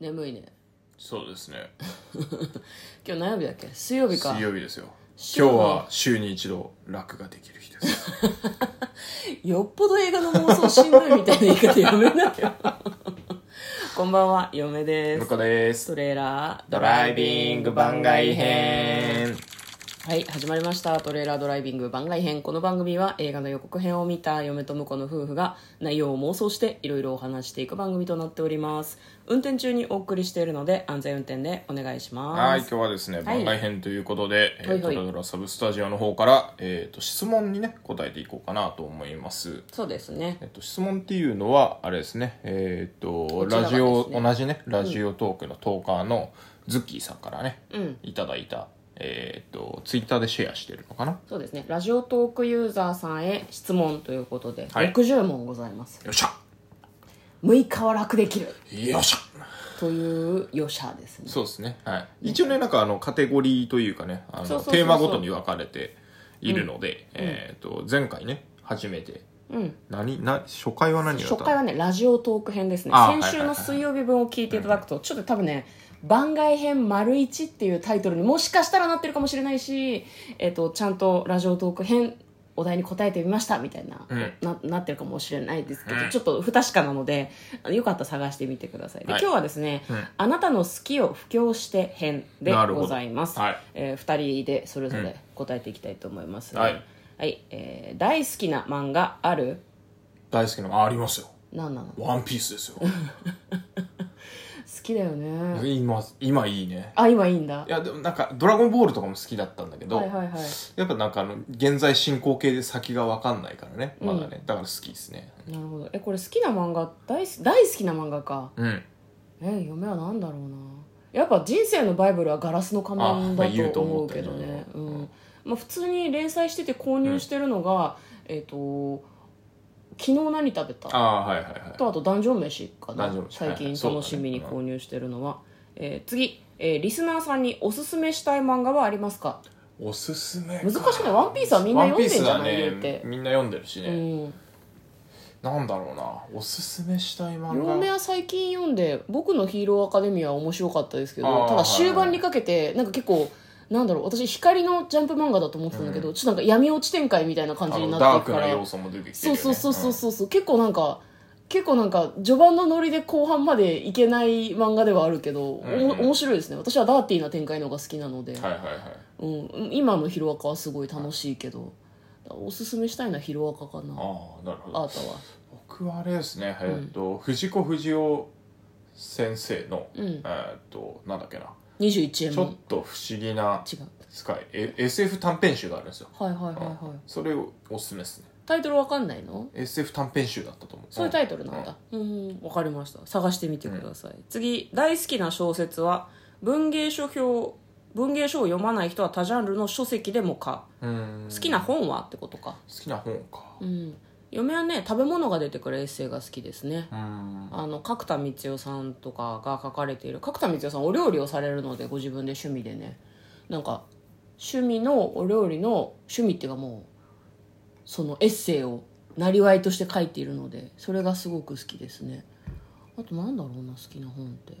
眠いねそうですね今日何曜日だっけ水曜日か水曜日ですよ週今日は週に一度楽ができる日ですよっぽど映画の妄想しんどいみたいな言い方やめなき ゃこんばんは嫁で向すこうですトレーラードドライビング番外編はい始まりましたトレーラードライビング番外編この番組は映画の予告編を見た嫁と婿の夫婦が内容を妄想していろいろお話していく番組となっております運転中にお送りしているので安全運転でお願いしますはい今日はですね番外編ということで、えーはいはいトラドラサブスタジオの方から、えー、と質問にね答えていこうかなと思いますそうですねえっと、質問っていうのはあれですねえっ、と、こちらがですラジねオ同じねラジオトークのトーカーのズッキーさんからね、うんいただいたえっ、とツイッターでシェアしてるのかなそうですねラジオトークユーザーさんへ質問ということで、はい60問ございますよっしゃ6日は楽できるよっしゃというよっしゃですねそうですねはい一応ねなんかあのカテゴリーというかねあそうそうのそうそうテーマごとに分かれているので、えっ、と前回ね初めてうん何な初回は何をやったの初回はねラジオトーク編ですねあー先週はいはのいはい水曜日分を聞いていただくとちょっと多分ね「番外編丸一っていうタイトルにもしかしたらなってるかもしれないし、えっとちゃんとラジオトーク編お題に答えてみましたみたいな、うんななってるかもしれないですけど、うんちょっと不確かなのであのよかったら探してみてくださいで、はい今日はですね、うんあなたの好きを布教して編」でなるほどございます、はいえ2人でそれぞれ答えていきたいと思います、うんはいはいえー大好きな漫画ある大好きなのありますよ何なのワンピースですよ好きだよね 今今いいねあ今いいんだいやでもなんか「ドラゴンボール」とかも好きだったんだけど、はいはいはやっぱなんかあの現在進行形で先が分かんないからねまだね、だから好きですねいなるほどえこれ好きな漫画大好大好きな漫画かうんえ嫁は何だろうなやっぱ人生のバイブルはガラスの仮面あまあだ言うとと思思っうたけよどねううんんまあ、普通に連載してて購入してるのが、えっ、と昨日何食べたああはいはいはいとあとダンジョン飯かなダンジョン飯最はいは近いそうだね楽しみに購入してるのは、えー次、えーリスナーさんにおすすめしたい漫画はありますかおすすめ難しくないワンピースはみんな読んでんじゃないワンピースは言うねてみんな読んでるしうね、んなんだろうなおすすめしたい漫両面画は最近読んで「僕のヒーローアカデミア」は面白かったですけあどーただ終盤にかけてなんか結構なんだろう私光のジャンプ漫画だと思ってたんだけど、ちょっとなんか闇落ち展開みたいな感あじになのダっーてクいくかなら、要素も出てきてそるようねそうそうそうそうそう結構なんか結構なんか序盤のノリで後半までいけない漫画ではあるけど、おもうんうん面白いですね私はダーティーな展開の方が好きなので、うんはいはいはいうん、今のヒロアカはすごい楽しいけどおすすめしたいのはヒロアカかなああなるほあどーたは僕はあれですねえーっと藤子不二雄先生の、うんえーっとなんだっけな21円ちょもっと不思議な違うスカイえ SF 短編集があるんですよはいはいはいはいそれをおすすめですねタイトルわかんないの SF 短編集だったと思うそういうタイトルなんだうんわかりました探してみてください、次大好きな小説は文芸書評文芸書を読まない人は他ジャンルの書籍でもかうんうん好きな本はってことか好きな本かうん嫁はね食べ物が出てくるエッセイが好きですねうんあの角田光代さんとかが書かれている角田光代さんお料理をされるのでご自分で趣味でねなんか趣味のお料理の趣味っていうかもうそのエッセイをなりわいとして書いているのでそれがすごく好きですねあとなんだろうな好きな本って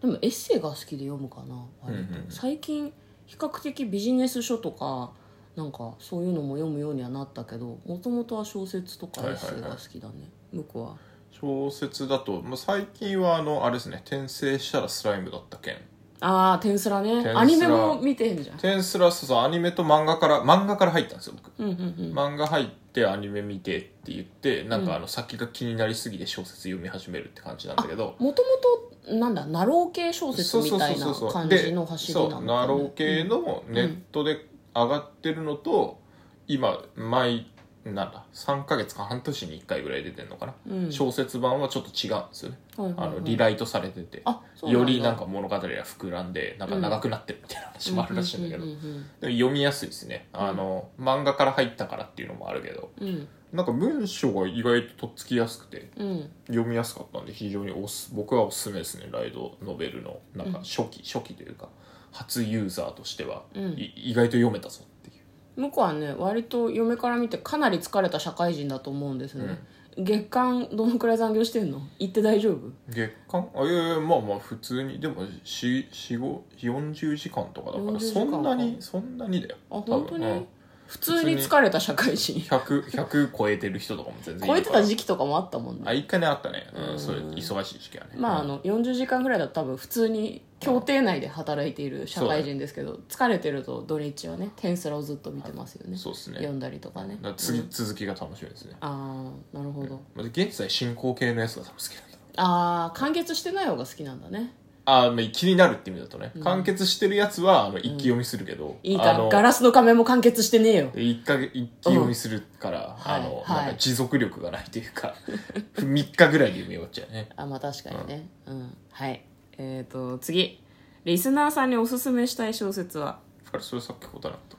でもエッセイが好きで読むかな割とうんうんうん最近比較的ビジネス書とかなんかそういうのも読むようにはなったけどもともとは小説とかエッセイが好きだね、向こうは小説だと、まあ、最近はあのあれですね転生したらスライムだったけんああ天スラね天スラアニメも見てんじゃん転スラそうそうアニメと漫画から漫画から入ったんですよ僕うんうんうん漫画入ってアニメ見てって言ってなんかあの先が気になりすぎて小説読み始めるって感じなんだけど、もともとなんだナロー系小説みたいな感じの走りなそうのナかロねー系のネットで上がってるのと、今毎なんだ3ヶ月か半年に1回ぐらい出てるのかな、うん小説版はちょっと違うんですよね、はいはいはいあのリライトされててあそうなんだよりなんか物語が膨らんでなんか長くなってるみたいな話もあるらしいんだけど、うんうんでも読みやすいですねあの、漫画から入ったからっていうのもあるけどうんうんなんか文章が意外ととっつきやすくてうんうん読みやすかったんで非常におす僕はおすすめですねライドノベルのなんか初期、初期というか初ユーザーとしては、うんい意外と読めたぞっていう向こうはね割と嫁から見てかなり疲れた社会人だと思うんですね、月間どのくらい残業してんの行って大丈夫月間あいやいやまあまあ普通にでもししご40時間とかだか40ら時間そかんなにそんなにだよあ本当に、うん普通に疲れた社会人 100, 100超えてる人とかも全然い超えるてからた時期とかもあったもんあね一回ねあったね、うんうんそういう忙しい時期はねまああの40時間ぐらいだと多分普通に協定内で働いている社会人ですけど、疲れてると土日はね天スラをずっと見てますよね、そうですね読んだりとかねだから次、うん続きが楽しみですねああなるほど、まあ現在進行形のやつが多分好きなんだああ完結してない方が好きなんだねあーまあ気になるって意味だとね、完結してるやつはあの一気読みするけど、いいかあのガラスの仮面も完結してねえよ一か一気読みするから、あの、はいはいなんか持続力がないというか 三日ぐらいで読み終わっちゃうねあまあ確かにねうん、はいえっ、ー、と次リスナーさんにおすすめしたい小説はあれそれさっき答えなかっ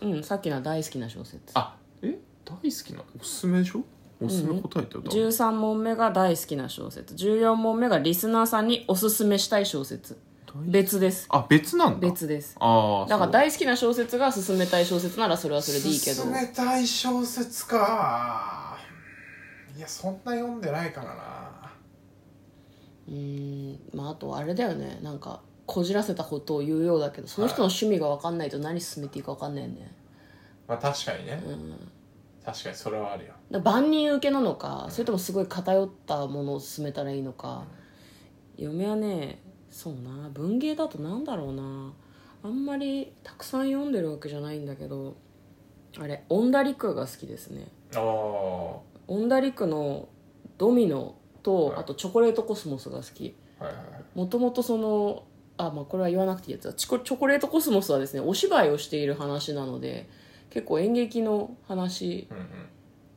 たうんさっきのは大好きな小説あえ大好きなおすすめでしょおすすめ答えてよ、多分13問目が大好きな小説14問目がリスナーさんにおすすめしたい小説別ですあ別なんだ別ですああだから大好きな小説が勧めたい小説ならそれはそれでいいけど勧めたい小説かいやそんな読んでないからなうーんまああとあれだよねなんかこじらせたことを言うようだけどその人の趣味が分かんないと何勧めていいか分かんないよね、まあ確かにね、うん、確かにそれはあるよだから万人受けなのかそれともすごい偏ったものを勧めたらいいのか嫁はねそうな文芸だとなんだろうなあんまりたくさん読んでるわけじゃないんだけどあれオンダリクが好きですねおオンダリクのドミノとはいあとチョコレートコスモスが好きーはいはいもともとそのあ、まあ、これは言わなくていいやつだチコチョコレートコスモスはですねお芝居をしている話なので結構演劇の話うんうん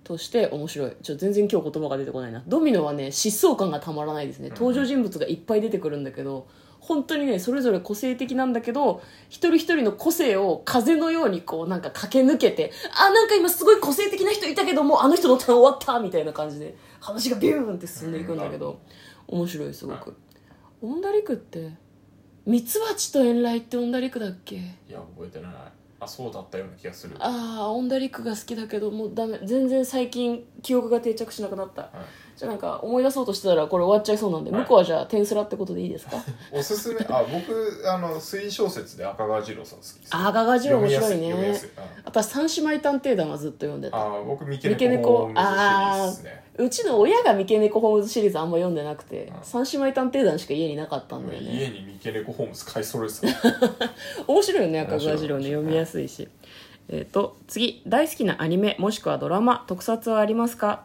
として面白いちょ全然今日言葉が出てこないなドミノはね疾走感がたまらないですね登場人物がいっぱい出てくるんだけど本当にねそれぞれ個性的なんだけど一人一人の個性を風のようにこうなんか駆け抜けてあなんか今すごい個性的な人いたけどもうあの人のターン終わったみたいな感じで話がビューンって進んでいくんだけど面白いすごくオンダリクってミツバチと遠雷ってオンダリクだっけいや覚えてないあそうだったような気がするああオンダリックが好きだけどもうダメ全然最近記憶が定着しなくなった、じゃあなんか思い出そうとしてたらこれ終わっちゃいそうなんで、はい向こうはじゃあ天スラってことでいいです かおすすめあ僕あの推理小説で赤川次郎さん好きですああガガジロ面白い読みやねすい読みやすいうん私三姉妹探偵団はずっと読んでたあー僕三毛三毛猫猫ホームズシリーズですねうちの親が三毛猫ホームズシリーズあんま読んでなくてうん三姉妹探偵団しか家になかったんだよね家に三毛猫ホームズ買い揃えてた面白いよね赤面白い川次郎ね読みやすいしえっ、と次大好きなアニメもしくはドラマ特撮はありますか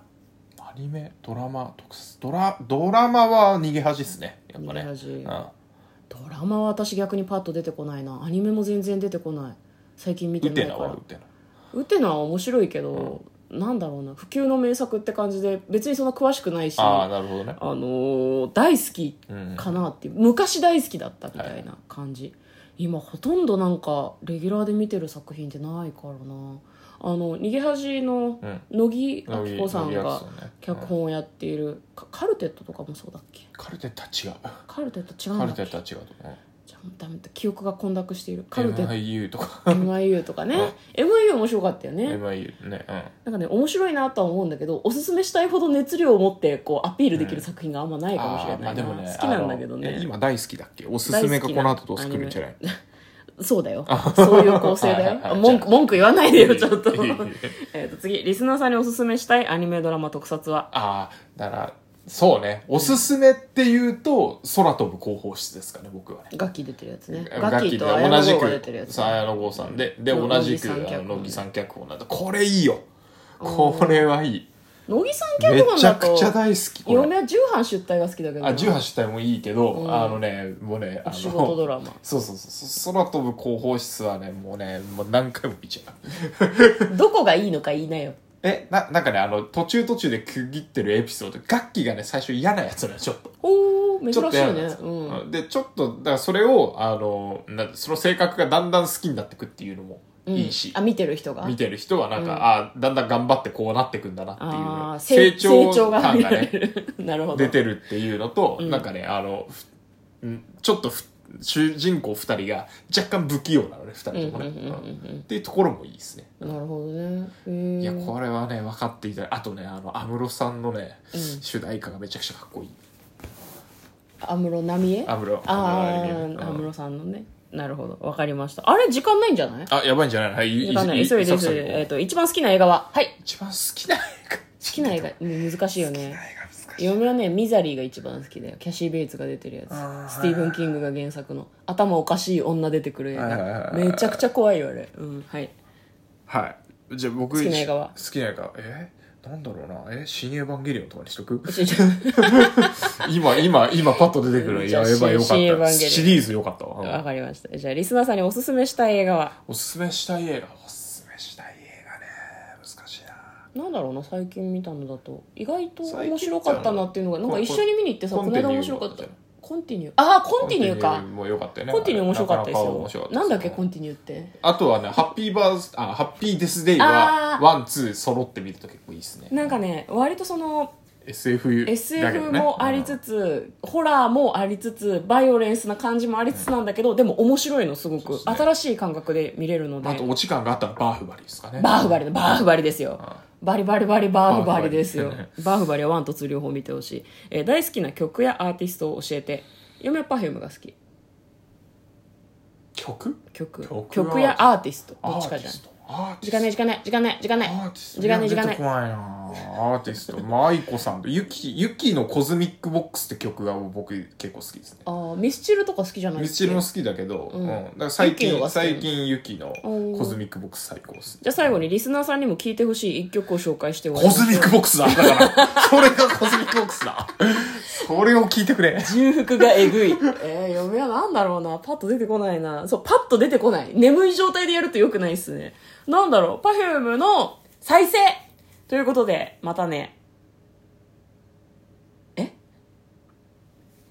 アニメドラマ特撮ドラドラマは逃げ恥ですねやっぱね逃げ恥うん、ドラマは私逆にパッと出てこないなアニメも全然出てこない最近見てウなテいかナはらウテナウテナは面白いけど、なんだろうな普及の名作って感じで別にそんな詳しくないしああなるほどねあのー大好きうんかなっていう昔大好きだったみたいな感じ、今ほとんどなんかレギュラーで見てる作品ってないからなあの逃げ恥のうん乃木明子さん乃木明子がさんね脚本をやっている、かカルテットとかもそうだっけカルテットは違うカルテット違うカんルだテっッけトは違うと思うじゃあダメだ記憶が混濁しているカルテット MIU とか MIU とかね MIU 面白かったよね MIU ねなんかね面白いなとは思うんだけどおすすめしたいほど熱量を持ってこうアピールできる作品があんまなういんかもしれーないな、まあ好きなんだけどあのえね今大好きだっけおすすめがこの後どうすくるんじゃないそうだよそういう構成だよはいはいはい文句文句言わないでよちょっといえいえいえ えーと次リスナーさんにおすすめしたいアニメドラマ特撮は ああだからそうねおすすめっていうと空飛ぶ広報室ですかね僕はねガッキー出てるやつねガ楽ッキ器ーでと綾野同じ剛が出てるやくつさあ綾野剛さんででの同じくあ乃木さん脚本の乃木さん脚本なんだこれいいよこれはいい乃木さんめ脚本ちゃだくちゃと大好きこれ嫁は重版出隊が好きだけどあ18体もいいけど、うんあのねもうねあの仕事ドラマそうそうそうそう空飛ぶ広報室はねもうねもう何回も見ちゃうどこがいいのか言いなよえななんかねあの途中途中で区切ってるエピソード楽器がね最初嫌なやつなのちょっとおお珍ちょっしといね嫌なやつ、うんでちょっとだからそれをあのなんその性格がだんだん好きになってくっていうのもうんいいし、あ見てる人が見てる人はなんか、うんあだんだん頑張ってこうなってくんだなっていうああ成長成長が感見らがれね るなるほど出てるっていうのと、うんなんかねあのふんちょっとふ主人公2人が若干不器用なのね2人ともね、うんうんうんうんうんうんっていうところもいいですねなるほどねへーいやこれはね分かっていただあとねあの安室さんのね、主題歌がめちゃくちゃかっこいい安室奈美恵安室あー安室奈美恵安室さんのねなるほどわかりましたあれ時間ないんじゃないあやばいんじゃないはいい時間ない急いでさっ急いさと行こうでえっと一番好きな映画ははい好一番好きな映画好きな映画うん難しいよね難しい嫁はねミザリーが一番好きだよキャシー・ベイツが出てるあやーつスティーブン・キングが原作の頭おかしい女出てくる映はいはいはい画はいめちゃくちゃ怖いよあれうんはいはいじゃあ僕好きな映画は好きな映画えなんだろうなえ新エヴァンゲリオンとかにしとくちょちょ今今今パッと出てくるいじゃやあエヴァよ新新エヴァンゲリオかったンシリーズよかったわわかりましたじゃあリスナーさんにおすすめしたい映画はおすすめしたい映画おすすめしたい映画ね難しいななんだろうな最近見たのだと意外と面白かったなっていうのが最な近んか一緒に見に行ってさコこのンコンティ間ニュー面白かったコンティニューああコンティニューかもうよかったよねコンティニュー面白かったですななよ面白かったなんだっけですコンティニューってあとはねハッピーバースあハッピーデスデイあはーワンツー揃って見ると結構いいですねなんかね割とその SF だけど SF ねもありつつ、ホラーもありつつバイオレンスな感じもありつつなんだけど、でも面白いのすごそうくですね新しい感覚で見れるのうんであとお時間があったらバーフバリですかね バーフバリのバーフバリですよあバリバリバリバーフバリですよバーフバリバーフバリはワンとツー両方見てほしい、えー大好きな曲やアーティストを教えて嫁はパフュームが好き曲曲曲はやアーティストどっちかじゃんアー時ティスト間ない時間ない時間ない時間ないアーティスト時間ない時間いなや出いてこないなアーティストまあ愛子さんとユキユキのコズミックボックスって曲が僕結構好きですねあーミスチルとか好きじゃないミでスすチルも好きだけど、んうんだから最ユキの近が好きなの最近ユキのおーコズミックボックス最高ですねじゃあ最後にリスナーさんにも聴いてほしい一曲を紹介しておコズミックボックスだだからそれがコズミックボックスだそれを聞いてくれ重複がえぐい。えー、嫁はなんだろうな。パッと出てこないな。そう、パッと出てこない。眠い状態でやると良くないっすね。なんだろう。パフュームの再生ということで、またね。